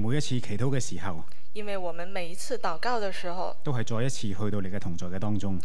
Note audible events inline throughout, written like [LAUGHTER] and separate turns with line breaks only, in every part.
每一次祈禱嘅時候，
因为我们每一次祷告的时候，
都係再一次去到你嘅同在嘅當中；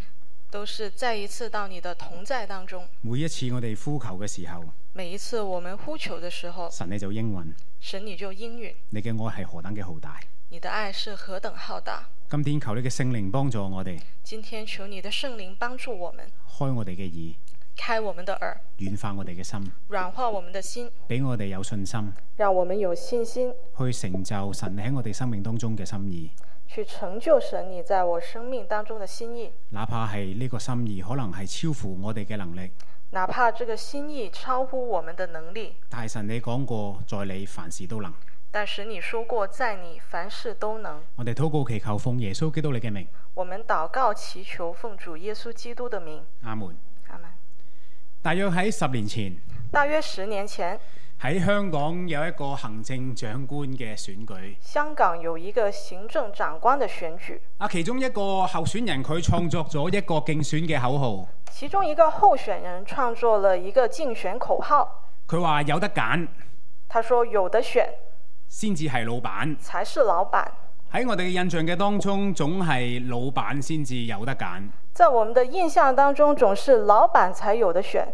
都是再一次到你的同在当中。
每一次我哋呼求嘅時候，
每一次我们呼求的时候，
神你就應允，
神你就应允，
你嘅愛係何等嘅浩大。
你的爱是何等浩大。
今天求你嘅聖靈幫助我哋，
今天求你的圣灵帮助我们，
開我哋嘅耳，
开我们的耳，
軟化我哋嘅心，
软化我们的心，
俾我哋有信心
让我们有信心
去成就神喺我哋生命當中嘅心意。
去成就神你在我生命当中的心意。
哪怕係呢個心意可能係超乎我哋嘅能力，
哪怕这个心意超乎我们的能力，
但係神你講過，在你凡事都能。
但是你说过，在你凡事都能。
我哋禱告祈求奉耶穌基督你嘅名，
我们祷告祈求，奉主耶稣基督的名，
阿門。
阿门。
大約喺十年前，
大约十年前，
喺香港有一個行政長官嘅選舉，
香港有一个行政长官的选举，
啊，其中一個候選人佢創作咗一個競選嘅口號，
其中一个候选人创作了一个竞选口号，
佢話有得揀
他说：“有的选
先至係老闆。
才是老板。
喺我哋嘅印象嘅當中，總係老闆先至有得揀。”
在我们的印象当中，总是老板才有的选。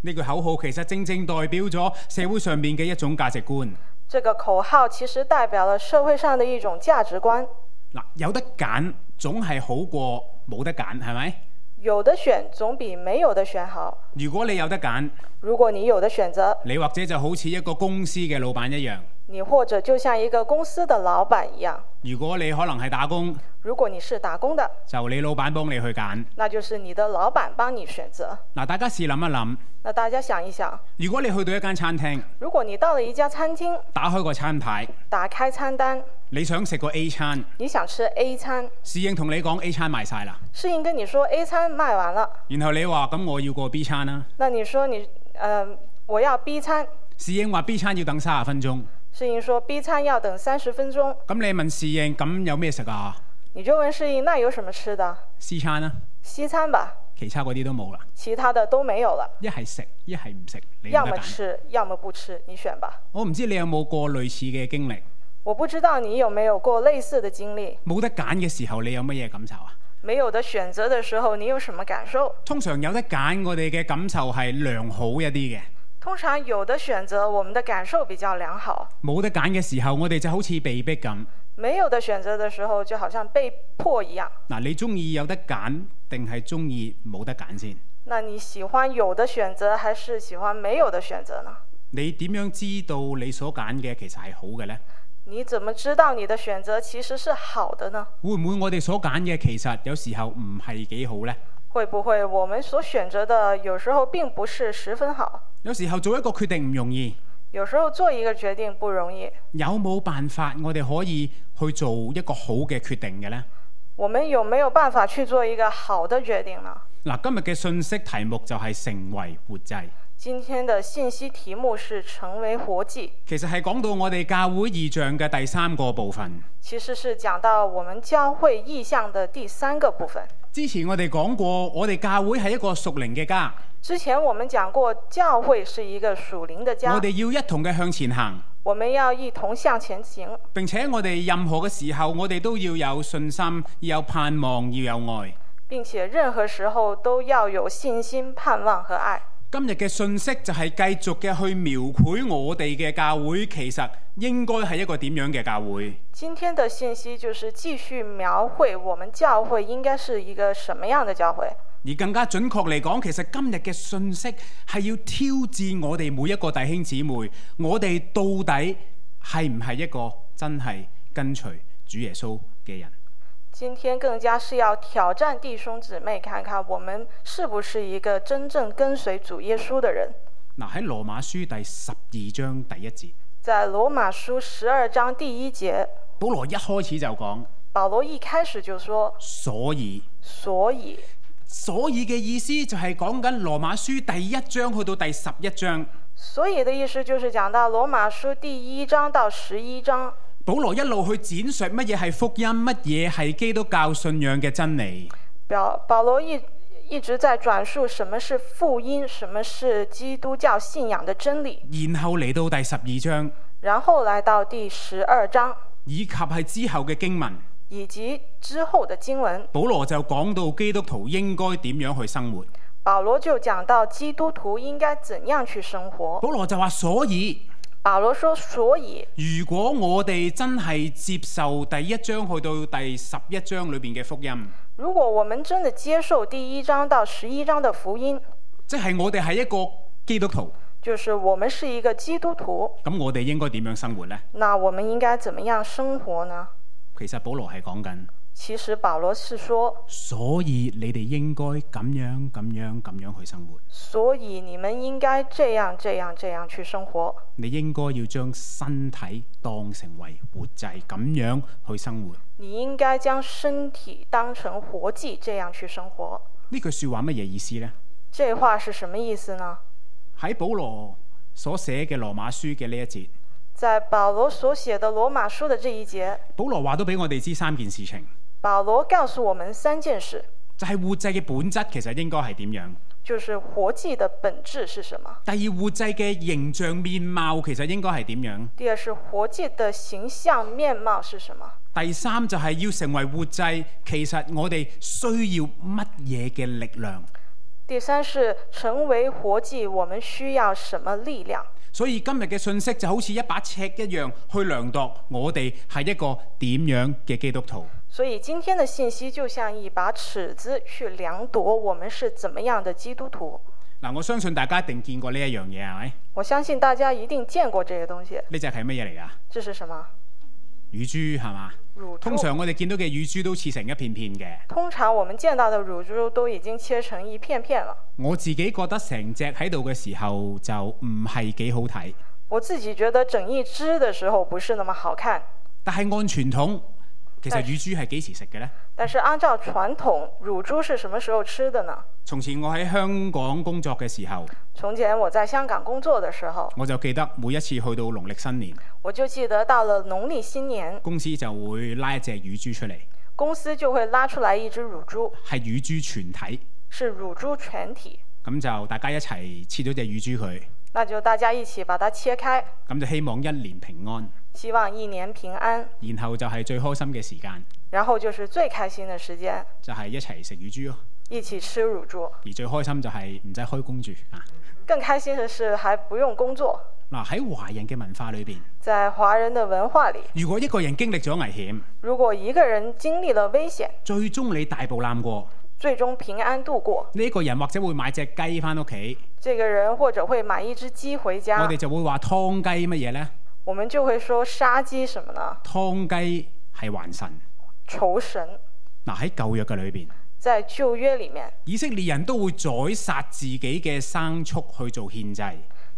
呢句口號其實正正代表咗社會上面嘅一種價值觀。
这个口号其实代表了社会上的一种价值观：
嗱，有得揀總係好過冇得揀，係咪？
有的选总比没有的选好。
如果你有得揀，
如果你有的选择，
你或者就好似一個公司嘅老闆一樣。
你或者就像一个公司的老板一样，
如果你可能係打工，
如果你是打工的，
就你老闆幫你去揀。
那就是你的老板帮你选择。
嗱，大家試諗一諗，
那大家想一想，
如果你去到一間餐廳，
如果你到了一家餐厅，
打開個餐牌，
打开餐单，
你想食個 A 餐，
你想吃 A 餐，
侍應同你講 A 餐賣晒啦，
侍应跟你说 A 餐卖完了，
然後你話咁我要個 B 餐啦，
那你说你，呃，我要 B 餐，
侍應話 B 餐要等三十分鐘，
侍应说 B 餐要等三十分钟，
咁你問侍應咁有咩食啊
你就问侍应那有什么吃的？
？C 餐啦、
西餐吧，
其他嗰啲都冇啦，
其他的都没有了，
一係食，一係唔食，你有
要
得
么
揀。
吃，要么不吃，你选吧。
我唔知你有冇過類似嘅經歷，
我不知道你有没有过类似的经历，
冇得揀嘅時候你有乜嘢感受啊？
没有的选择的时候，你有什么感受？
通常有得揀，我哋嘅感受係良好一啲嘅。
通常有的选择，我们的感受比較良好；
冇得揀嘅時候，我哋就好似被逼咁。
没有的选择的時候，就好像被迫一樣。
嗱，你中意有得揀定係中意冇得揀先？
那你喜歡有的選擇，還是喜歡沒有的選擇呢？
你點樣知道你所揀嘅其實係好嘅呢？
你怎么知道你的選擇其實是好的呢？
會唔會我哋所揀嘅其實有時候唔係幾好呢？
会不会我們所選擇的有時候並不是十分好？
有時候做一個決定唔容易，
有時候做一個決定不容易，
有冇辦法我哋可以去做一個好嘅決定嘅呢？
我們有沒有辦法去做一個好的決定呢？
嗱，今日嘅信息題目就係成為活祭，
今天的信息題目是成為活祭，
其實係講到我哋教會異象嘅第三個部分。
其實是講到我們教會意向的第三個部分。
之前我哋講過，我哋教會係一個屬靈嘅家，
之前我们讲过，教会是一个属灵的家，
我
我
哋要一同嘅向前行。
们要一同向前行，
並且我哋任何嘅時候，我哋都要有信心，要有盼望，要有愛。
并且任何时候都要有信心、盼望和爱。
今日嘅信息就係繼續嘅去描繪我哋嘅教會，其實應該係一個點樣嘅教會。
今天的信息就是继续描绘我们教会应该是一个什么样的教会，
而更加準確嚟講，其實今日嘅信息係要挑戰我哋每一個弟兄姊妹，我哋到底係唔係一個真係跟隨主耶穌嘅人？
今天更加是要挑战弟兄姊妹，看看我们是不是一个真正跟随主耶稣的人。
嗱，喺羅馬書第十二章第一節，
在罗马书十二章第一节，
保羅一開始就講，
保罗一开始就说
所以。：“
所以。”
所以嘅意思就係講緊羅馬書第一章去到第十一章，
所以的意思就是讲到罗马书第一章到十一章，
保羅一路去展述乜嘢係福音，乜嘢係基督教信仰嘅真理。
表保罗一一直在转述什么是福音，什么是基督教信仰的真理。
然後嚟到第十二章，
然后来到第十二章，
以及係之後嘅經文，
以及之后的经文，
保羅就講到基督徒應該點樣去生活。
保罗就讲到基督徒应该怎样去生活。
保羅就話：所以
保罗说：“所以，
如果我哋真係接受第一章去到第十一章裏邊嘅福音，
如果我们真的接受第一章到十一章的福音，
即係我哋係一個基督徒，
就是我们是一个基督徒，
咁我哋應該點樣生活呢？
那我们应该怎么样生活呢？”
其實保羅係講緊，
其实保罗是说，
所以你哋應該咁樣、咁樣、咁樣去生活。
所以你们应该这样、这样、这样去生活。
你應該要將身體當成為活祭，咁樣去生活。
你应该将身体当成活祭，这样去生活。
呢句説話乜嘢意思呢？
这话是什么意思呢？
喺保羅所寫嘅羅馬書嘅呢一節，
在保罗所写的罗马书的这一节，
保羅話都俾我哋知三件事情，
保罗告诉我们三件事，
就係、活祭嘅本質其實應該係點樣。
就是活祭的本质是什么。
第二，活祭嘅形象面貌其實應該係點樣？
第二是活祭的形象面貌是什么。
第三就係要成為活祭，其實我哋需要乜嘢嘅力量？
第三是成为活祭，我们需要什么力量？
所以今日嘅信息就好似一把尺一樣去量度我哋係一個點樣嘅基督徒。
所以今天的信息就像一把尺子，去量度我们是怎么样的基督徒。
嗱，我相信大家一定見過呢一樣嘢，係咪？
我相信大家一定见过这些东西，
呢只係乜嘢嚟㗎？
这是什么？
乳豬係嘛？
乳
通
猪。
常我哋見到嘅乳豬都切成一片片嘅。
通常我们见到的乳猪都已经切成一片片了。
我自己覺得成隻喺度嘅時候就唔係幾好睇，
我自己觉得整一只的时候不是那么好看，
但係按傳統，其實
但
乳豬係幾時食嘅呢？
但是按照传統，乳猪是什么时候吃的呢？
從前我喺香港工作嘅時候，
从前我在香港工作的时候，
我就記得每一次去到農曆新年，
我就記得到了农历新年，
公司就會拉一隻乳豬出嚟，
公司就会拉出来一只乳猪，
係乳豬全體，
是乳猪全体，
咁就大家一齊切咗隻乳豬佢，
那就大家一起把它切开，
咁就希望一年平安，
希望一年平安。
然後就係最開心嘅時間，
然后就是最開心的时间，
就係、一齊食乳豬咯。
一起吃乳猪。
而最開心就係唔使開工住啊！
更开心的是还不用工作。
嗱喺華人嘅文化裏邊，
在华人的文化里，
如果一個人經歷咗危險，
如果一个人经历了危险，
最終你大步攬過
最終平安度过，
呢、個人，或者會買只雞翻屋企，
这个人或者会买一只鸡回
我
家
哋，就會話湯雞乜嘢呢？
我们就会说杀鸡什么呢？
湯雞係還神。
酬神。
嗱喺舊約嘅裏邊，
在旧约里面，
以色列人都會宰殺自己嘅牲畜去做獻祭，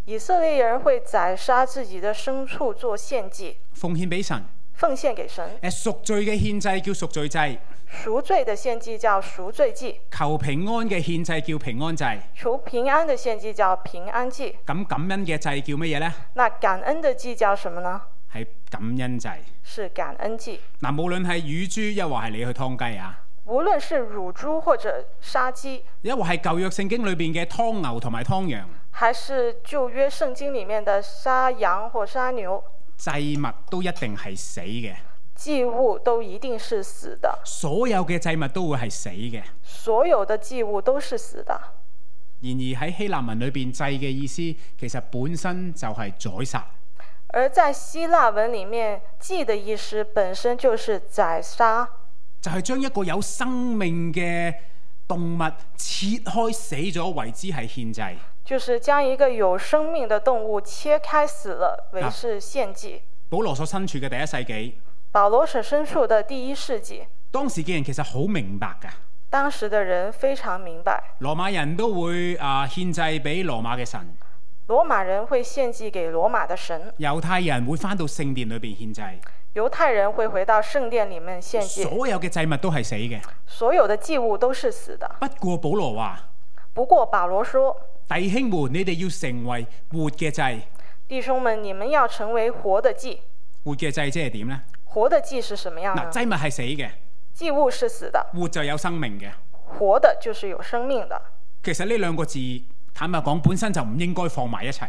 以色列人会宰杀自己的牲畜做献祭，
奉獻俾神。
奉献给神。
誒贖罪嘅獻祭叫贖罪祭，
赎罪的献祭叫赎罪祭，
求平安嘅獻祭叫平安祭。
求平安的献祭叫平安祭。
咁感恩嘅祭叫乜嘢呢？
那感恩的祭叫什么呢？
係感恩祭。
是感恩祭。
嗱，無論係乳豬，又或係你去湯雞啊，
无论是乳猪或者杀鸡，
又或係舊約聖經裏邊嘅湯牛同埋湯羊，
还是旧约圣经里面的杀羊或杀牛，
祭物都一定係死嘅，
祭物都一定是死的，
所有嘅祭物都會係死嘅。
所有的祭物都是死的。
然而喺希臘文裏邊，祭嘅意思其實本身就係宰殺。
而在希腊文里面，“祭”的意思本身就是宰杀，
就係將一個有生命嘅動物切開死咗，為之係獻祭。
就是将一个有生命的动物切开死了，为是献祭。
保羅所身處嘅第一世紀，
保罗所身处的第一世纪，
當時嘅人其實好明白㗎。
当时的人非常明白，
羅馬人都會啊、獻祭俾羅馬嘅神，
罗马人会献祭给罗马的神，
猶太人會翻到聖殿裏邊獻祭，
犹太人会回到圣殿里面献祭，
所有嘅祭物都係死嘅。
所有的祭物都是死的。
不過保羅話：
不过保罗说
弟兄們，你哋要成為活嘅祭。：“
弟兄们，你们要成为活的祭。
活嘅祭即係點呢？
活的祭是什么样
嗱，
呢？
祭物係死嘅，
祭物是死的，
活就有生命嘅。
活的就是有生命的。
其實呢兩個字，坦白講，本身就唔應該放埋一齊。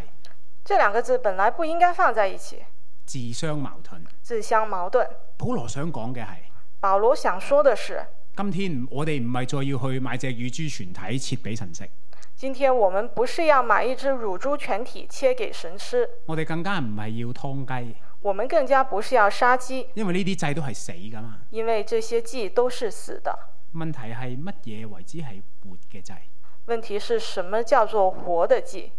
这两个字本来不应该放在一起。
自相矛盾。
自相矛盾。
保羅想講嘅係。
保罗想说的是，
今天我哋唔係再要去買隻乳豬全體切俾神食，
今天我们不是要买一只乳猪全体切给神吃，
我哋更加唔係要劏雞，
我们更加不是要杀鸡，
因為呢啲祭都係死噶嘛。
因为这些祭都是死的。
問題係乜嘢為之係活嘅祭？
问题是什么叫做活的祭？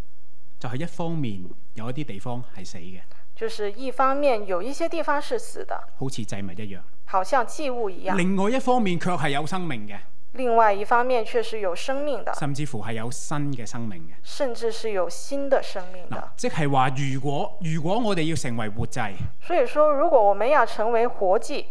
就係、一方面有一啲地方係死嘅，
就是一方面有一些地方是死的，
好似祭物一樣；
好像祭物一样；
另外一方面卻係有生命嘅，
另外一方面却是有生命的，
甚至乎係有新嘅生命嘅。
甚至是有新的生命的
嗱。，即係話，如果如果我哋要成為活祭，
所以说，如果我们要成为活祭，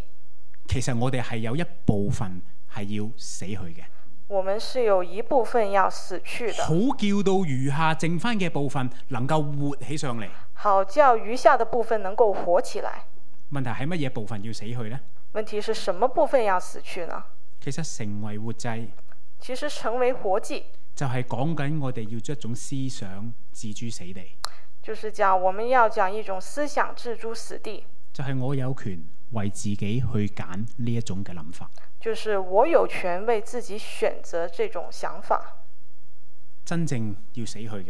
其實我哋係有一部分係要死去嘅。
我们是有一部分要死去的，
好叫到餘下剩翻嘅部分能夠活起上嚟。
好叫余下的部分能够活起来。
問題係乜嘢部分要死去呢？
问题是什么部分要死去呢？
其實成為活祭
其实成为活祭，
就係講緊我哋要將一種思想置諸死地，
就是讲我们要讲一种思想置诸死地，
就係我有權為自己去揀呢一種嘅諗法。
就是我有权为自己选择这种想法。
真正要死去嘅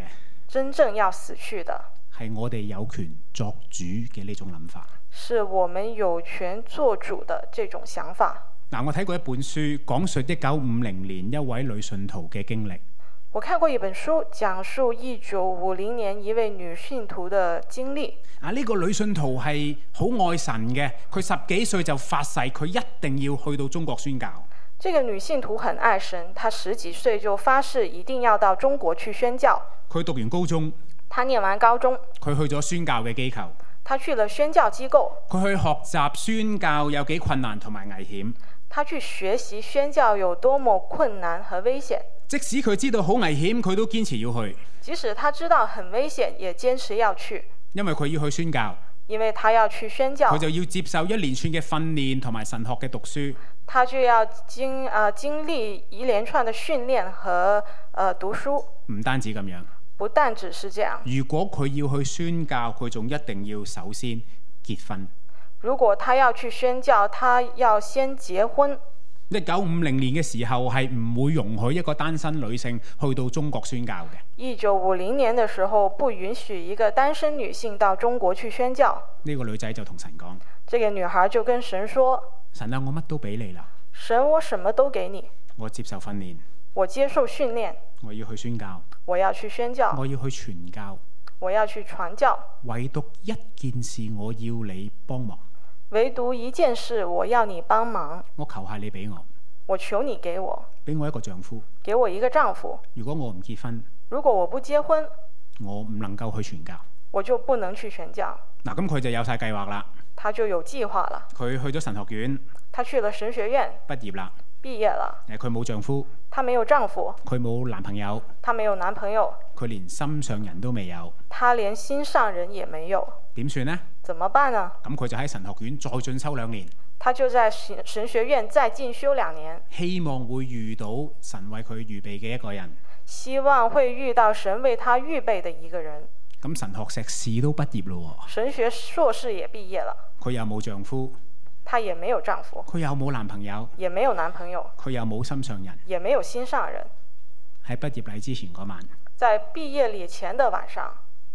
真正要死去的，
係我哋有權作主嘅呢種諗法。
是我们有权做主的这种想法。
嗱，我睇過一本書，講述一九五零年一位女信徒嘅經歷。
我看过一本书，讲述一九五零年一位女信徒的经历。
啊！呢、個女信徒係好愛神嘅，佢十幾歲就發誓，佢一定要去到中國宣教。
这个女信徒很爱神，她十几岁就发誓一定要到中国去宣教。
佢讀完高中，
她念完高中，
佢去咗宣教嘅機構，
她去了宣教机构，
佢去學習宣教有幾困難同埋危險。
她去学习宣教有多么困难和危险。
即使佢知道好危險，佢都堅持要去，
即使她知道很危险，也坚持要去，
因為佢要去宣教，
因为她要去宣教
佢，就要接受一連串嘅訓練同埋神學嘅讀書。
她就要经啊、经历一连串的训练和呃读书。
唔單止咁樣，
不但只是这样，
如果佢要去宣教，佢仲一定要首先結婚。
如果她要去宣教，她要先结婚。
一九五零年嘅時候係唔會容許一個單身女性去到中國宣教嘅，
一九五零年的时候，不允许一个单身女性到中国去宣教。
呢、個女仔就同神講：
这个女孩就跟神说
神啊，我乜都俾你啦，：“
神，我什么都给你，
我接受訓練，
我接受训练，
我要去宣教，
我要去宣教，
我要去傳教。
我要去传教，
唯獨一件事我要你幫忙，
唯独一件事我要你帮忙，
我求下你俾我，
我求你给我，
俾我一個丈夫。
给我一个丈夫。
如果我唔結婚，
如果我不结婚，
我唔能夠去傳教。
我就不能去宣教。”
嗱，咁佢就有晒計劃啦。
她就有计划了，
佢去咗神學院
她去了神学院，
畢業啦。
毕业了，
誒，佢冇丈夫，
她没有丈夫，
佢冇男朋友，
她没有男朋友，
佢連心上人都未有，
她连心上人也没有，
點算呢？
怎么办呢？
咁佢就喺神學院再進修兩年，
他就在神神学院再进修两年，
希望會遇到神為佢預備嘅一個人。
希望会遇到神为他预备的一个人。
咁神學碩士都畢業咯
神学硕士也毕业了，
喎，佢又冇丈夫，
她也没有丈夫，
佢又冇男朋友，
也没有男朋友，
佢又冇心上人。
也没有心上人。
喺畢業禮之前嗰晚，
在毕业礼前的晚上，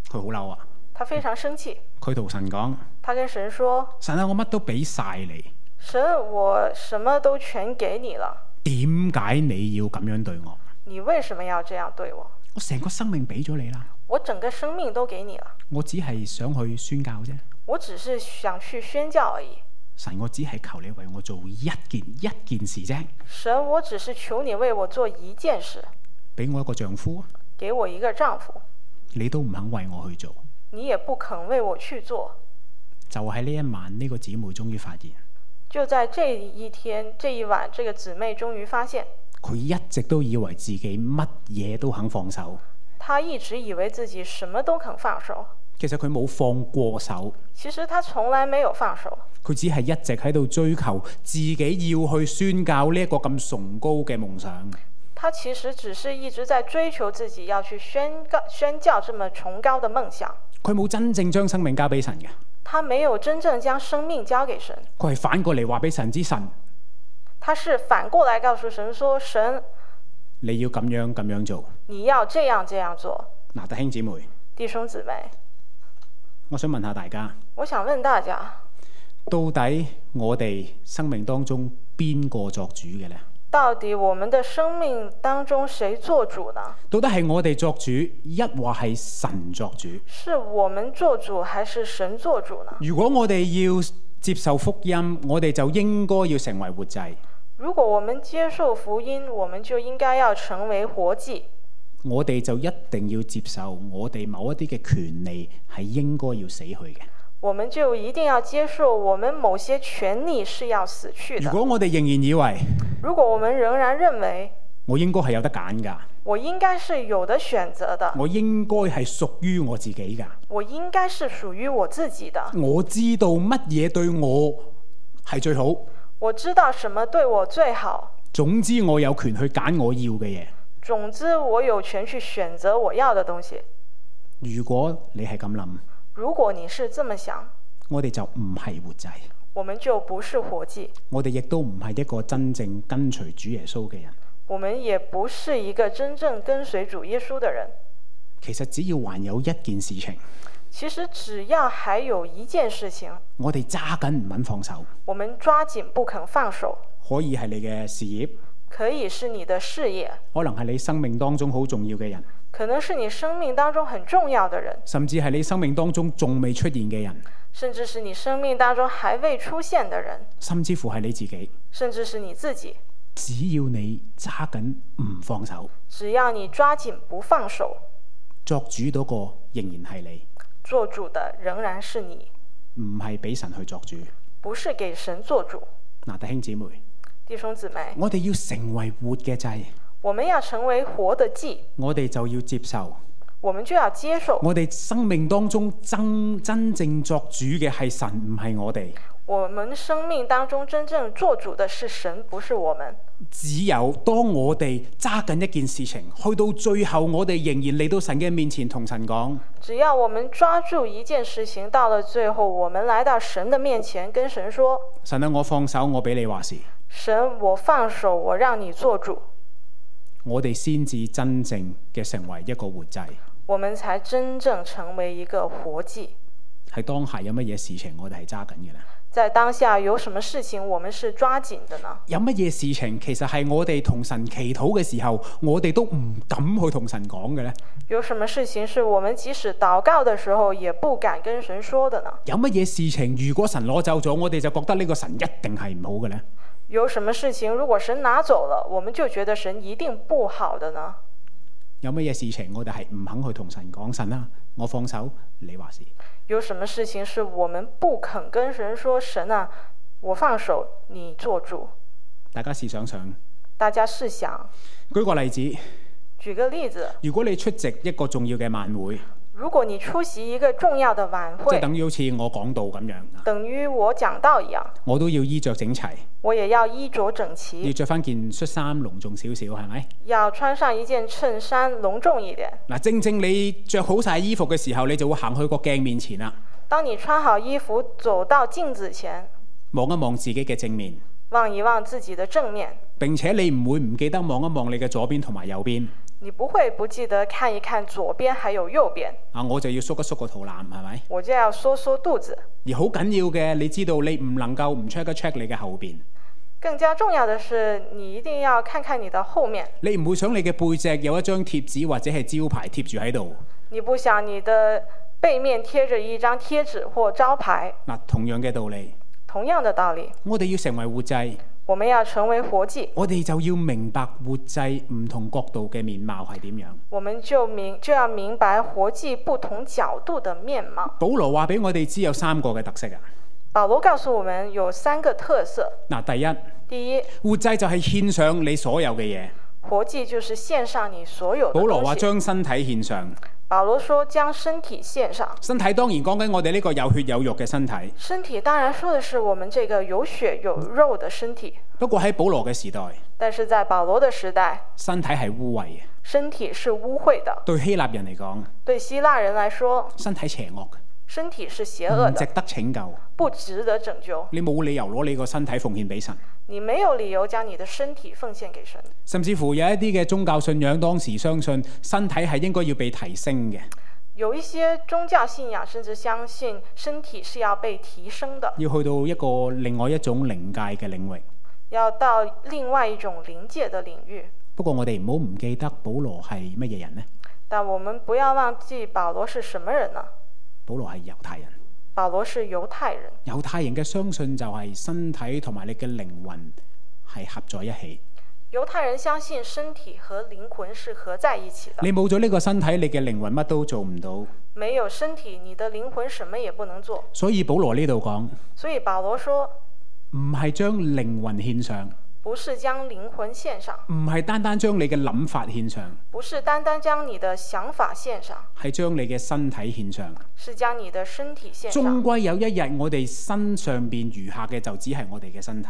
佢好嬲啊！
她非常生气，
佢同神講：
她跟神说
神啊，我乜都俾晒你，：“
神，我什么都全给你了，
點解你要咁樣對我？
你为什么要这样对我？
我成個生命俾咗你啦，
我整个生命都给你了，
我只係想去宣教啫。
我只是想去宣教而已。
神，我只係求你為我做一件一件事啫，
神，我只是求你为我做一件事，
俾我一個丈夫啊，
给我一个丈夫。”
你都唔肯為我去做。
你也不肯为我去做。
就喺呢一晚，呢、個姊妹終於發現，
就在这一天，这一晚，这个姊妹终于发现，
佢一直都以為自己乜嘢都肯放手，
她一直以为自己什么都肯放手，
其實佢冇放過手，
其实她从来没有放手，
佢只係一直喺度追求自己要去宣教呢一個咁崇高嘅夢想。
她其实只是一直在追求自己要去宣告宣教这么崇高的梦想，
佢冇真正將生命交俾神嘅，
他没有真正将生命交给神，
佢係反過嚟話俾神知神，
他是反过来告诉神说：“神，
你要咁樣咁樣做。
你要这样这样做。
嗱，弟兄姊妹，”
弟兄姊妹，
我想問下大家，
我想问大家，
到底我哋生命當中邊個作主嘅呢？
到底我们的生命当中谁做主呢？
到底係我哋作主，一或係神作主？
是我们做主，还是神做主呢？
如果我哋要接受福音，我哋就應該要成為活祭。
如果我们接受福音，我们就应该要成为活祭，
我哋就一定要接受我哋某一啲嘅權利係應該要死去嘅。
我们就一定要接受我们某些权利是要死去
如
的。
果我哋仍然以為
如果我们仍然认为
我應該係有得揀㗎，
我應该是有的选择的，
我應該係屬於我自己㗎，
我应该是属于我自己的，
我知道乜嘢對我係最好。
我知道什么对我最好。
總之，我有權去揀我要嘅嘢。
总之，我有权去选择我要的东西。
如果你係咁諗，
如果你是这么想，
我哋就唔係活祭，
我们就不是活祭，
我哋亦都唔係一個真正跟隨主耶穌嘅人。
我们也不是一个真正跟随主耶稣的人。
其實只要還有一件事情，
其实，只要还有一件事情，
我哋揸緊唔肯放手，
我们抓紧不肯放手，
可以係你嘅事業，
可以是你的事业，
可能係你生命當中好重要嘅人，
可能是你生命当中很重要的人，
甚至係你生命當中仲未出現嘅人，
甚至是你生命当中还未出现的人，
甚至乎係你自己。
甚至是你自己。
只要你揸緊唔放手，
只要你抓紧不放手，
作主嗰個仍然係你，
做主的仍然是你，
唔係俾神去作主。
不是给神做主。
嗱，弟兄姊妹，
弟兄姊妹，
我哋要成為活嘅祭，
我们要成为活的祭，
我哋就要接受，
我们就要接受
我哋生命當中真真正作主嘅係神，唔係我哋。
我们生命当中真正做主的是神，不是我们。
只有當我哋揸緊一件事情，去到最後，我哋仍然嚟到神嘅面前，同神講：
只要我们抓住一件事情，到了最后，我们来到神的面前，跟神说
神啊，我放手，我俾你話事。：“
神，我放手，我让你做主。
我哋先至真正嘅成為一個活祭。”
我们才真正成为一个活祭。
喺當下有乜嘢事情我哋係揸緊嘅呢？
在当下有什么事情我们是抓紧的呢？
有乜嘢事情其實係我哋同神祈禱嘅時候，我哋都唔敢去同神講嘅呢？
有什么事情是我们即使祷告的时候也不敢跟神说的呢？
有乜嘢事情如果神攞走咗，我哋就覺得呢個神一定係唔好嘅呢？
有什么事情如果神拿走了，我们就觉得神一定不好的呢？
有乜嘢事情我哋係唔肯去同神講？神啊，我放手，你話事。
有什么事情是我们不肯跟神说？神啊，我放手，你做主。
大家試想想，
大家试想，
舉個例子。
举个例子，
如果你出席一個重要嘅晚會，
如果你出席一个重要的晚
即係
会，
等於好似我講到咁樣，
等于我讲道一样，
我都要衣着整齊，
我也要衣着整
要
齐，
着翻件恤衫隆重少少，係咪？
要穿上一件衬衫，隆重一点。
嗱，正正你着好晒衣服嘅時候，你就會行去個鏡面前啦，
当你穿好衣服走到镜子前，
望一望自己嘅正面。
望一望自己的正面，
並且你唔會唔記得望一望你嘅左邊同埋右邊。
你不会不记得看一看左边还有右边。
啊，我就要縮一縮個肚腩，係咪？
我就要缩缩肚子。
而好緊要嘅，你知道你唔能夠唔 check 一 check 你嘅後邊，
更加重要的是，你一定要看看你的后面。
你唔會想你嘅背脊有一張貼紙或者係招牌貼住喺度。
你不想你的背面贴着一张贴纸或招牌。
嗱，同樣嘅道理，
同样的道理，
我哋要成為活祭。
我们要成为活祭，
我哋就要明白活祭唔同角度嘅面貌係點樣。
我们就明就要明白活祭不同角度的面貌。
保羅話俾我哋知有三個嘅特色啊。
保罗告诉我们有三个特色：
嗱，第一，
第一，
活祭就係獻上你所有嘅嘢。
活祭就是献上你所有的
保羅話
东西。
將身體獻上，
保罗说将身体献上，
身體當然講緊我哋呢個有血有肉嘅身體。
身体当然说的是我们这个有血有肉的身体，
不過喺保羅嘅時代，
但是在保罗的时代，
身體係污穢嘅。
身体是污秽的。
對希臘人嚟講，
对希腊人来说，
身體邪惡嘅。
身体是邪恶
唔
的
值，得拯救。
不值得拯救。
你冇理由攞你個身體奉獻俾神。
你没有理由将你的身体奉献给神，
甚至乎有一啲嘅宗教信仰當時相信身體係應該要被提升嘅，
有一些宗教信仰甚至相信身体是要被提升的，
要去到一個另外一種靈界嘅領域。
要到另外一种灵界的领域。
不過我哋唔好唔記得保羅係乜嘢人呢？
但我们不要忘记保罗是什么人呢？
保羅係猶太人，
保罗是犹太人，
猶太人嘅相信就係身體同埋你嘅靈魂係合在一起。
犹太人相信身体和灵魂是合在一起的，
你冇咗呢個身體，你嘅靈魂乜都做唔到。
没有身体，你的灵魂什么也不能做。
所以保羅呢度講，
所以保罗说，
唔係將靈魂獻上，
不是将灵魂献上，
唔係單單將你嘅諗法獻上，
不是单单将你的想法献上，
係將你嘅身體獻上。
是将你的身体献上
終。歸有一日，我哋身上邊餘下嘅就只係我哋嘅身體。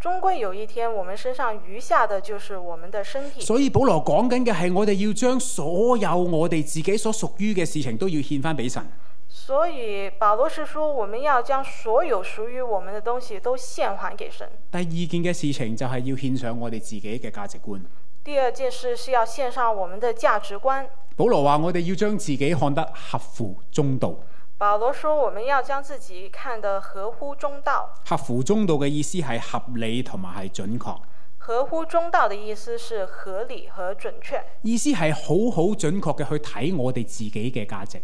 终归有一天，我们身上余下的就是我们的身体。
所以保羅講緊嘅係，我哋要將所有我哋自己所屬於嘅事情都要獻翻俾神。
所以保罗是说，我们要将所有属于我们的东西都献还给神。
第二件嘅事情就係要獻上我哋自己嘅價值觀。
第二件事是要献上我们的价值观。
保羅話：我哋要將自己看得合乎中道。
保罗说，我们要将自己看得合乎中道。
合乎中道嘅意思係合理同埋係準確，
合乎中道的意思是合理和准确，
意思係好好準確嘅去睇我哋自己嘅價值，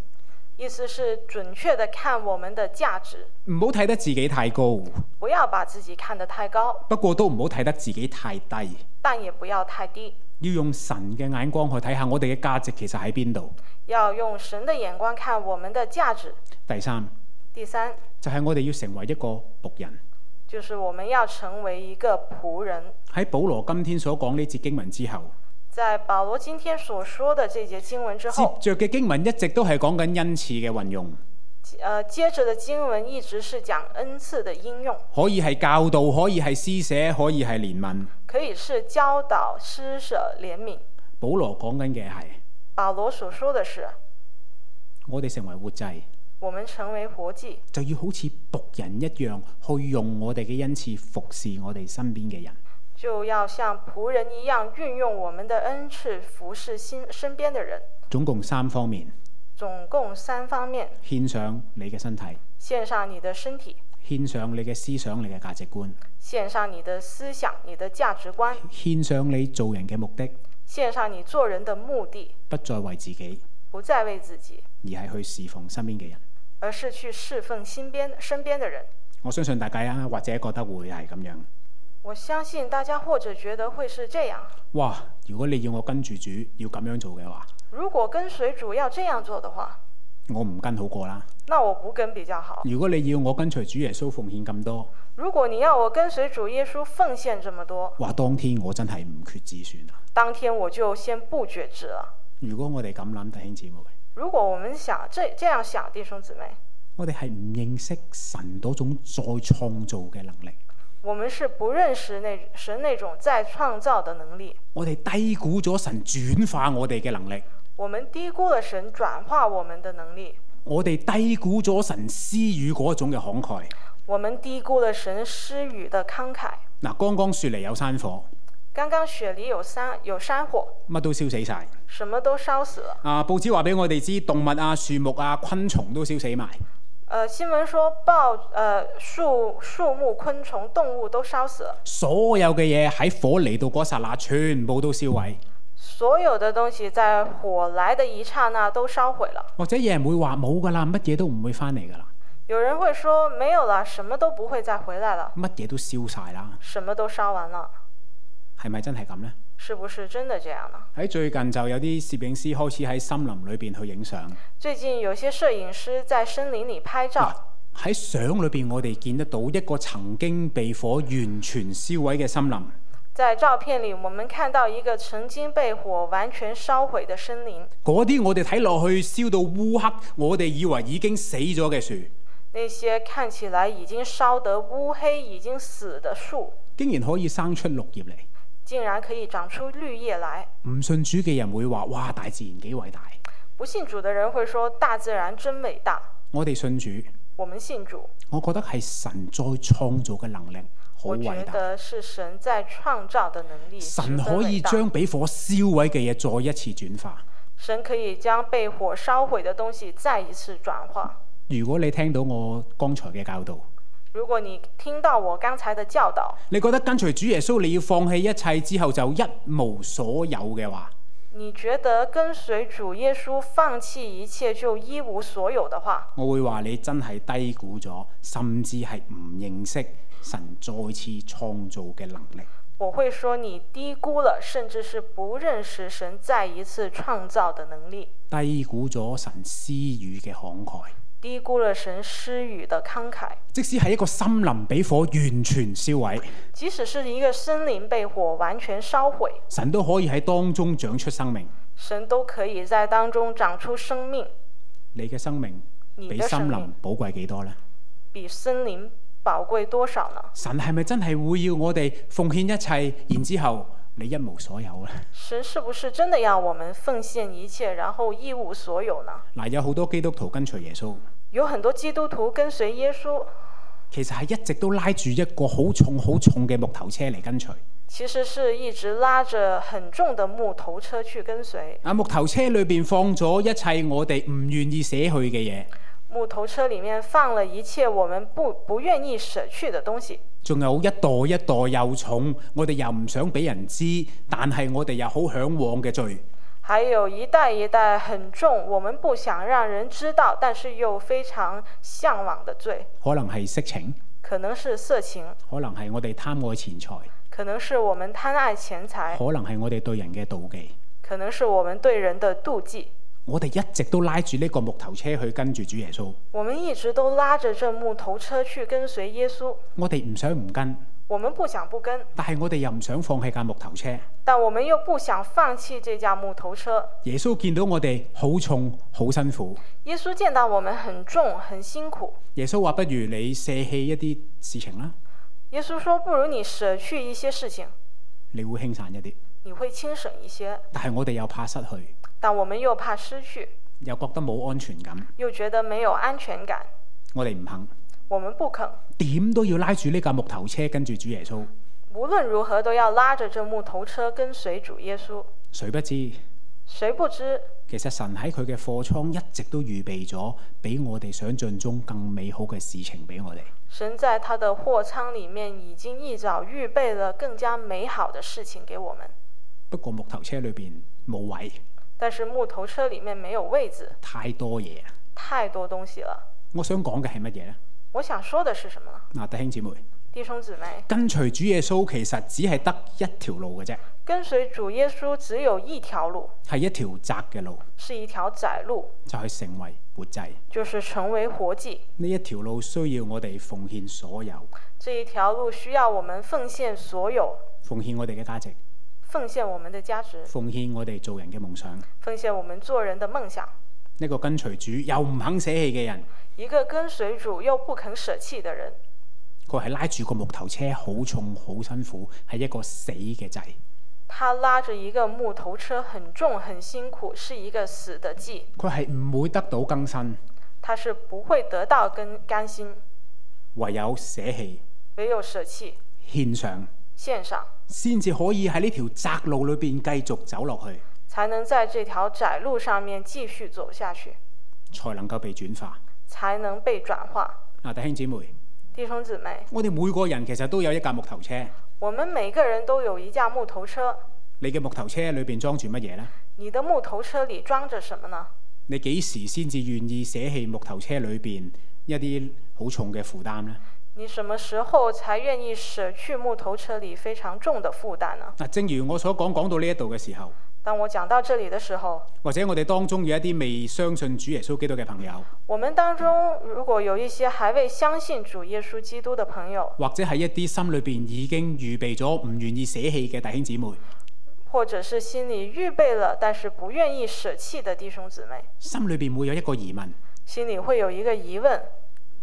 意思是准确的看我们的价值，
唔好睇得自己太高，
不要把自己看得太高，
不過都唔好睇得自己太低。
但也不要太低，
要用神嘅眼光去睇下我哋嘅價值其實喺邊度。
要用神的眼光看我们的价值。
第三
第三，
就係、我哋要成為一個仆人。
就是我们要成为一个仆人。
喺保羅今天所講呢節經文之後，
在保罗今天所说的这节经文之后，
接着嘅經文一直都係講緊恩賜嘅運用，
呃，接着的经文一直是讲恩赐的应用，
可以係教導，可以係施捨，可以係憐憫。
可以是教导、施舍、怜悯。
保羅講緊嘅係
保罗所说的是，
我哋成為活祭，
我们成为活祭，
就要好似仆人一樣去用我哋嘅恩賜服侍我哋身邊嘅人。
就要像仆人一样运用我们的恩赐服侍新身边的人。
總共三方面：
总共三方面：
獻上你嘅身體，
献上你的身体，
獻上你嘅思想、你嘅價值觀。
献上你的思想、你的价值观，
獻上你做人嘅目的，
献上你做人的目的，
不再為自己，
不再为自己，
而係去侍奉身邊嘅人。
而是去侍奉身边身边的人。
我相信大家啊，或者覺得會係咁樣。
我相信大家或者觉得会是这样：
哇！如果你要我跟住主要咁樣做嘅話，
如果跟随主要这样做的话，
我唔跟好過啦。
那我不跟比较好。
如果你要我跟隨主耶穌奉獻咁多，
如果你要我跟随主耶穌奉献这么多，
話當天我真係唔決志算啦。
当天我就先不觉知了。
如果我哋咁諗，弟兄姊妹，
如果我们想这这样想，弟兄姊妹，
我哋係唔認識神嗰種再創造嘅能力，
我们是不认识那神那种再创造的能力，
我哋低估咗神轉化我哋嘅能力，
我们低估了神转化我们的能力，
我哋低估咗神施予嗰種嘅慷慨。
我们低估了神施予的慷慨。
嗱，剛剛雪梨有山火，
刚刚雪梨有山有山火，
乜都燒死晒。
什么都烧死了。
啊，報紙話俾我哋知，動物啊、樹木啊、昆蟲都燒死埋。
呃，新闻说爆呃树树木、昆虫、动物都烧死了，
所有嘅嘢喺火嚟到嗰剎那，全部都燒毀。
所有的东西在火来的一刹那都烧毁了。
或者有人會話冇㗎啦，乜嘢都唔會翻嚟㗎啦，
有人会说没有了，什么都不会再回来了，
乜嘢都燒晒啦，
什么都烧完了，
係咪真係咁呢？
是不是真的这样呢？
喺最近就有啲攝影師開始喺森林裏邊去影相。
最近有些摄影师在森林里拍
嗱
照，
喺相裏邊，我哋見得到一個曾經被火完全燒毀嘅森林，
在照片里我们看到一个曾经被火完全烧毁的森林，
嗰啲我哋睇落去燒到烏黑，我哋以為已經死咗嘅樹，
那些看起来已经烧得乌黑、已经死的树，
竟然可以生出綠葉嚟。
竟然可以长出绿叶来。
唔信主嘅人會話：哇！大自然幾偉大。
不信主的人会说大自然真伟大，
我哋信主，
我们信主，
我覺得係神再創造嘅能力好
我
偉
觉
大。
得是神在创造的能力，
神
十分
可以
伟大
將俾火燒毀嘅嘢再一次轉化。
神可以将被火烧毁的东西再一次转化。
如果你聽到我剛才嘅教導，
如果你听到我刚才的教导，
你覺得跟隨主耶穌你要放棄一切之後就一無所有嘅話，
你觉得跟随主耶稣放弃一切就一无所有的话，
我會話你真係低估咗，甚至係唔認識神再次創造嘅能力。
我会说你低估了，甚至是不认识神再一次创造的能力，
低估咗神施予嘅慷慨。
低估了神施予的慷慨。
即使係一個森林俾火完全燒毀，
即使是一个森林被火完全烧毁，
神都可以喺當中長出生命。
神都可以在当中长出生命。
你嘅生命
你
比
的生
森
命
林寶貴幾多呢？
比森林宝贵多少呢？
神係咪真係會要我哋奉獻一切，然之後你一無所有呢？ [LAUGHS]
神是不是真的要我们奉献一切，然后一无所有呢？
嗱，有好多基督徒跟隨耶穌，
有很多基督徒跟随耶稣，
其實係一直都拉住一個好重好重嘅木頭車嚟跟隨。
其实是一直拉着很重的木头车去跟随。
啊，木頭車裏邊放咗一切我哋唔願意捨去嘅嘢，
木头车里面放了一切我们不不愿意舍去的东西，
仲有一袋一袋又重，我哋又唔想俾人知，但係我哋又好向往嘅罪。
还有一袋一袋很重，我们不想让人知道，但是又非常向往的罪，
可能係色情，
可能是色情，
可能係我哋貪愛錢財，
可能是我们贪爱钱财，
可能係我哋對人嘅妒忌。
可能是我们对人的妒忌。
我哋一直都拉住呢個木頭車去跟住主耶穌，
我们一直都拉着这木头车去跟随耶稣，
我哋唔想唔跟，
我们不想不跟，
但係我哋又唔想放棄架木頭車。
但我们又不想放弃这架木头车。
耶穌見到我哋好重好辛苦，
耶稣见到我们很重很辛苦，
耶穌話：不如你捨棄一啲事情啦，
耶稣说：“不如你舍去一些事情，
你會輕散一啲。
你会轻省一些。
但係我哋又怕失去，”
但我们又怕失去，
又覺得冇安全感，
又觉得没有安全感，
我哋唔肯，
我们不肯，
點都要拉住呢架木頭車跟住主耶穌。
无论如何都要拉着这木头车跟随主耶稣。
誰不知
谁不知，
其實神喺佢嘅貨倉一直都預備咗比我哋想象中更美好嘅事情俾我哋。
神在他的货仓里面已经一早预备了更加美好的事情给我们。
不過木頭車裏邊冇位，
但是木头车里面没有位置，
太多嘢。
太多东西了。
我想講嘅係乜嘢呢？
我想说的是什么呢？
嗱，弟兄姊妹，
弟兄姊妹，
跟隨主耶穌其實只係得一條路嘅啫，
跟随主耶稣只有一条路，
係一條窄嘅路，
是一条窄路，
就係、成為活祭。
就是成为活祭。
呢一條路需要我哋奉獻所有，
这一条路需要我们奉献所有，
奉獻我哋嘅價值，
奉献我们的价值，
奉獻我哋做人嘅夢想。
奉獻我们做人的梦想。
一個跟隨主又唔肯捨棄嘅人，
一个跟随主又不肯舍弃的人，
佢係拉住個木頭車，好重好辛苦，係一個死嘅掣。
他拉着一个木头车，很重很辛苦，是一个死的祭，
佢係唔會得到更新，
他是不会得到跟甘心，
唯有捨棄
唯有舍弃
獻上，
献上，
先至可以喺呢條窄路裏邊繼續走落去，
才能在这条窄路上面继续走下去，
才能夠被轉化。
才能被转化。
嗱，弟兄姊妹，
弟兄姊妹，
我哋每個人其實都有一架木頭車，
我们每个人都有一架木头车，
你嘅木頭車裏邊裝住乜嘢呢？
你的木头车里装着什么呢？
你幾時先至願意捨棄木頭車裏邊一啲好重嘅負擔呢？
你什么时候才愿意舍去木头车里非常重的负担呢？
嗱，啊正如我所講講到呢一度嘅時候，
当我讲到这里的时候，
或者我哋當中有一啲未相信主耶穌基督嘅朋友，
我们当中如果有一些还未相信主耶稣基督的朋友，
或者係一啲心裏邊已經預備咗唔願意捨棄嘅弟兄姊妹，
或者是心里预备了但是不愿意舍弃的弟兄姊妹，
心裏邊會有一個疑問：
心里会有一个疑问：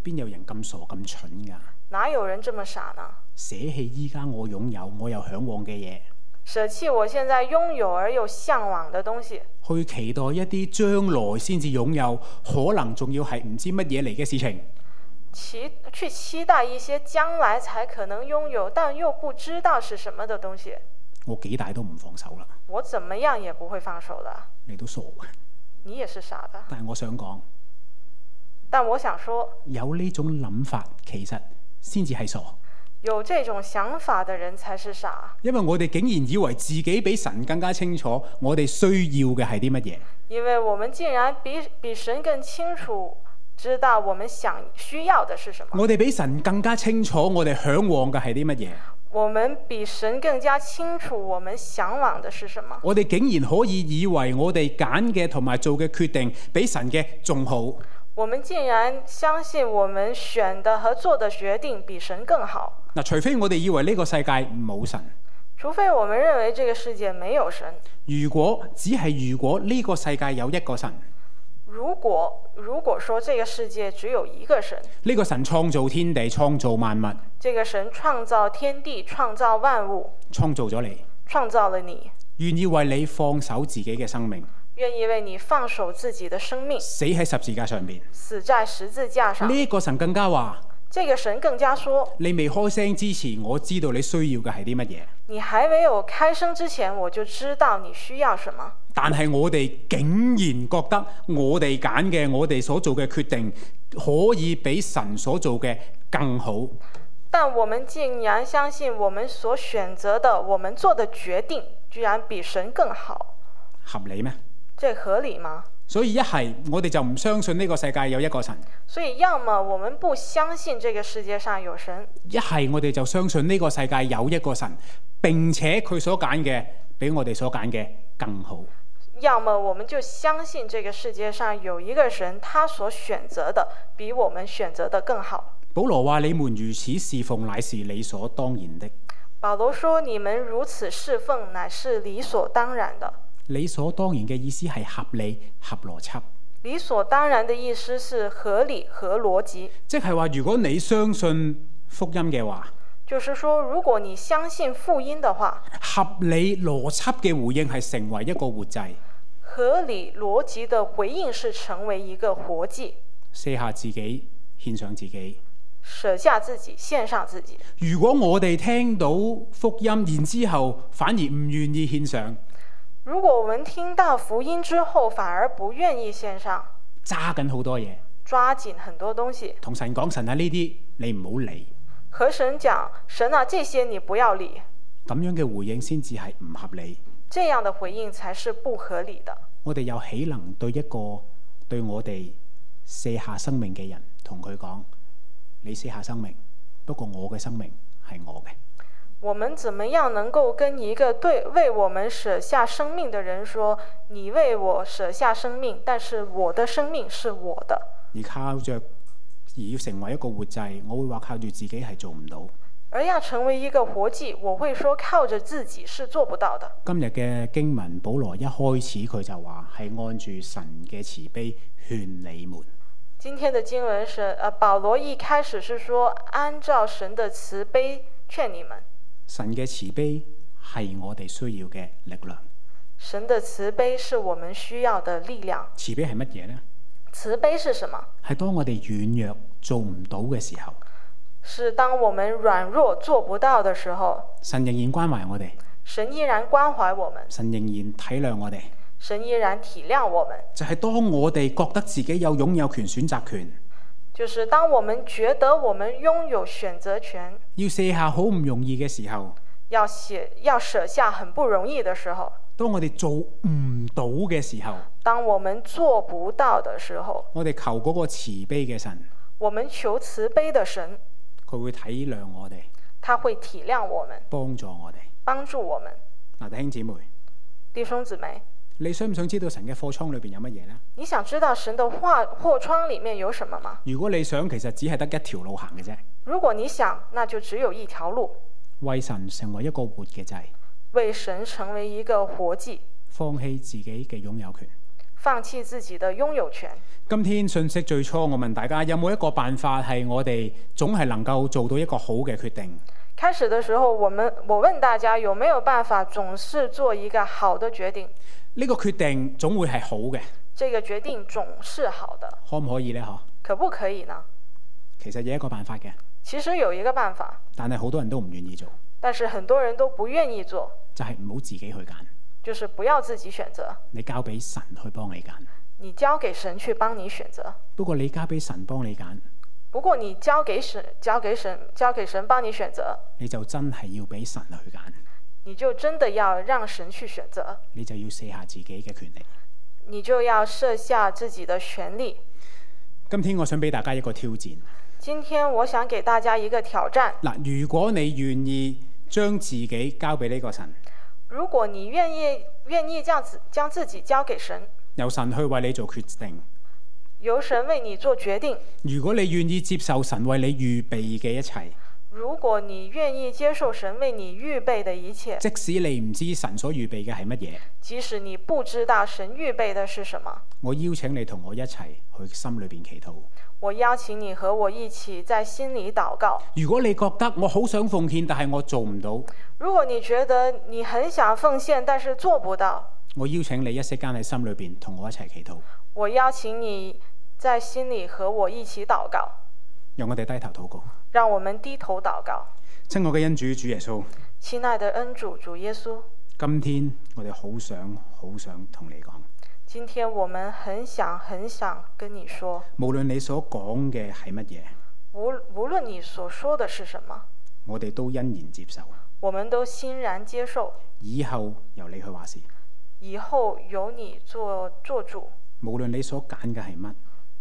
邊有人咁傻咁蠢㗎？
哪有人这么傻呢？
捨棄依家我擁有我又向往嘅嘢，
舍弃我现在拥有而又向往的东西，
去期待一啲將來先至擁有，可能仲要係唔知乜嘢嚟嘅事情。
期去期待一些将来才可能拥有但又不知道是什么的东西，
我幾大都唔放手啦，
我怎么样也不会放手的。
你都傻嘅。
你也是傻的。
但係我想講，
但我想说，
有呢種諗法其實先至係傻，
有这种想法的人才是傻，
因為我哋竟然以為自己比神更加清楚，我哋需要嘅係啲乜嘢。
因为我们竟然比比神更清楚知道我们想需要的是什么，
我哋比神更加清楚，我哋向往嘅係啲乜嘢？
我们比神更加清楚我们向往的是什么。
我哋竟然可以以為我哋揀嘅同埋做嘅決定比神嘅仲好，
我们竟然相信我们选的和做的决定比神更好，
嗱，除非我哋以為呢個世界冇神。
除非我们认为这个世界没有神。
如果只係如果呢個世界有一個神，呢、
如果如果说这个世界只有一个神，
個神創造天地、創造萬物、
这个神创造天地，创造万物，
創造咗你，
创造了你，
願意為你放手自己嘅生命，
愿意为你放手自己的生命，
死喺十字架上面。
死在十字架上。
呢、個神更加話：
这个神更加说
你未開聲之前，我知道你需要嘅係啲乜嘢。：“
你还没有开声之前，我就知道你需要什么。
但係我哋竟然覺得我哋揀嘅、我哋所做嘅決定，可以比神所做嘅更好。”
但我们竟然相信我们所选择的、我们做的决定，居然比神更好，
合理咩？
这合理吗？
所以一係我哋就唔相信呢個世界有一個神，
所以，要么我们不相信这个世界上有神，
一係我哋就相信呢個世界有一個神，並且佢所揀嘅比我哋所揀嘅更好。
要么我们就相信这个世界上有一个神，他所选择的比我们选择的更好。
保羅話：你們如此侍奉，乃是理所當然的。
保罗说：“你们如此侍奉，乃是理所当然的。
理所當然嘅意思係合理、合邏輯，
理所当然的意思是合理和逻辑，
即係話如果你相信福音嘅話，
就是说，如果你相信福音的话，
合理邏輯嘅回應係成為一個活祭。
合理逻辑的回应是成为一个活祭，
卸下自己，獻上自己。
舍下自己，献上自己。
如果我哋聽到福音，然之後反而唔願意獻上，
如果我们听到福音之后反而不愿意献上，
揸緊好多嘢。
抓紧很多东西，
同神講：神啊，呢啲你唔好理。
和神讲：神啊，这些你不要理。”
咁樣嘅回應先至係唔合理。
这样的回应才是不合理的。
我哋又岂能對一個對我哋卸下生命嘅人同佢講：你卸下生命，不過我嘅生命係我嘅。
我们怎么样能够跟一个对为我们舍下生命的人说：“你为我舍下生命，但是我的生命是我的。
而靠着而要成為一個活祭，我會話靠住自己係做唔到。”
而要成为一个活祭，我会说靠着自己是做不到的。
今日嘅經文，保羅一開始佢就話係按住神嘅慈悲勸你們。
今天的经文是，呃，保罗一开始是说按照神的慈悲劝你们，
神嘅慈悲係我哋需要嘅力量。
神的慈悲是我们需要的力量。
慈悲係乜嘢呢？
慈悲是什么？
係當我哋軟弱做唔到嘅時候，
是当我们软弱做不到的时候，
神仍然關懷我哋，
神依然关怀我们，
神仍然體諒我哋。
神依然體諒我们。
就係、當我哋覺得自己有擁有權、選擇權，
就是当我们觉得我们拥有选择权，
要卸下好唔容易嘅時候，
要写要舍下很不容易的时候，
當我哋做唔到嘅時候，
当我们做不到的时候，
我哋求嗰個慈悲嘅神，
我們求慈悲的神，
佢會體諒我哋，
他会體諒我们，
幫助我哋。
帮助我们。
嗱，弟兄姊妹，
弟兄姊妹，
你想唔想知道神嘅貨倉裏邊有乜嘢呢？
你想知道神的话货窗里面有什么吗？
如果你想，其實只係得一條路行嘅啫，
如果你想，那就只有一条路，
為神成為一個活嘅祭，
为神成为一个活祭，
放棄自己嘅擁有權。
放弃自己的拥有权。
今天信息最初，我問大家有冇一個辦法係我哋總係能夠做到一個好嘅決定？
开始的时候，我们我问大家有没有办法总是做一个好的决定，
呢個決定總會係好嘅，
这个决定总是好的，
可唔可以呢？嗬，
可不可以呢？
其實有一個辦法嘅，
其实有一个办法，
但係好多人都唔願意做，
但是很多人都不愿意做，
就係唔好自己去揀，
就是不要自己选择，
你交俾神去幫你揀。
你交给神去帮你选择。
不過你交俾神幫你揀，
不过你交给神，交给神，交给神帮你选择，
你就真係要俾神去揀，
你就真的要让神去选择，
你就要卸下自己嘅權利。
你就要设下自己的权利。
今天我想俾大家一個挑戰。
今天我想给大家一个挑战：
嗱，如果你願意將自己交俾呢個神，
如果你愿意愿意这样子将自己交给神，
由神去為你做決定；
由神為你做決定。
如果你願意接受神為你預備嘅一切，
如果你愿意接受神為你預備的一切，
即使你唔知神所預備嘅係乜嘢，
即使你不知道神預備的是什麼，
我邀請你同我一齊去心裏邊祈禱。
我邀請你和我一起在心里禱告。
如果你覺得我好想奉獻，但係我做唔到，
如果你覺得你很想奉獻，但是做不到，
我邀請你一息間喺心裏邊同我一齊祈禱，
我邀請你在心里和我一起禱告。
讓我哋低頭禱告。
讓我們低頭禱告。
親愛嘅恩主主耶穌，
親愛的恩主主耶穌，
今天我哋好想好想同你講，
今天我們很想很想跟你說，
無論你所講嘅係乜嘢，
無無論你所說的是什麼，
我哋都欣然接受。
我們都欣然接受。
以後由你去話事，
以後由你做做主，
無論你所揀嘅係乜，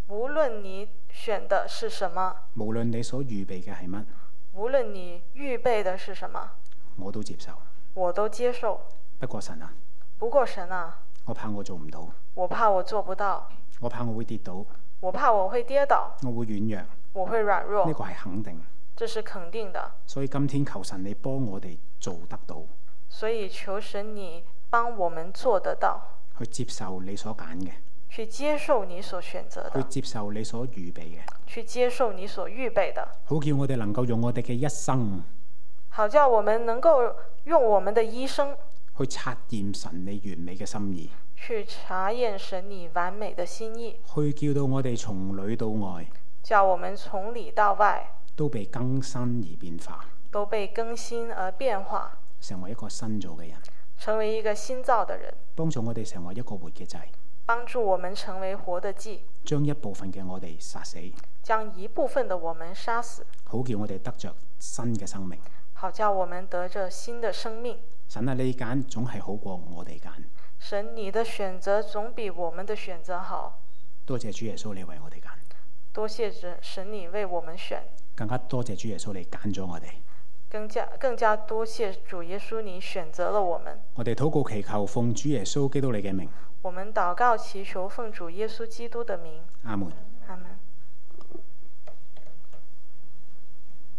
無論你選的是什麼，
無論你所預備嘅係乜，
無論你預備的是什麼，
我都接受。
我都接受。
不過神啊，
不過神啊，
我怕我做唔到，
我怕我做不到，
我怕我會跌倒，
我怕我會跌倒，
我會軟弱，
我會軟
呢
弱，
個係肯定。
這是肯定的。
所以今天求神你幫我哋做得到，
所以求神你帮我們做得到，
去接受你所揀嘅，
去接受你所選擇的，
去接受你所預備嘅，
去接受你所預備的，
好叫我哋能夠用我哋嘅一生
好叫我們能夠用我們的一生
去察驗神你完美嘅心意，
去查驗神你完美的心意，
去叫到我哋從裏到外
叫我們從里到外
都被更新而變化，
都被更新而变化，
成為一個新造嘅人。
成为一個新造的人，
幫助我哋成為一個活嘅祭，
幫助我們成為活的祭，
將一部分嘅我哋殺死，
將一部分的我們殺死，
好叫我哋得着新嘅生命。
好叫我們得着新的生命。
神啊，你揀總係好過我哋揀，
神，你的選擇總比我們的選擇好。
多謝主耶穌你為我哋揀，
多謝神，神你為我們選，
更加多謝主耶穌你揀咗我哋。
更加更加多謝主耶穌你選擇了我們。
我哋禱告祈求，奉主耶穌基督你嘅名，
我們禱告祈求，奉主耶穌基督的名，
阿門。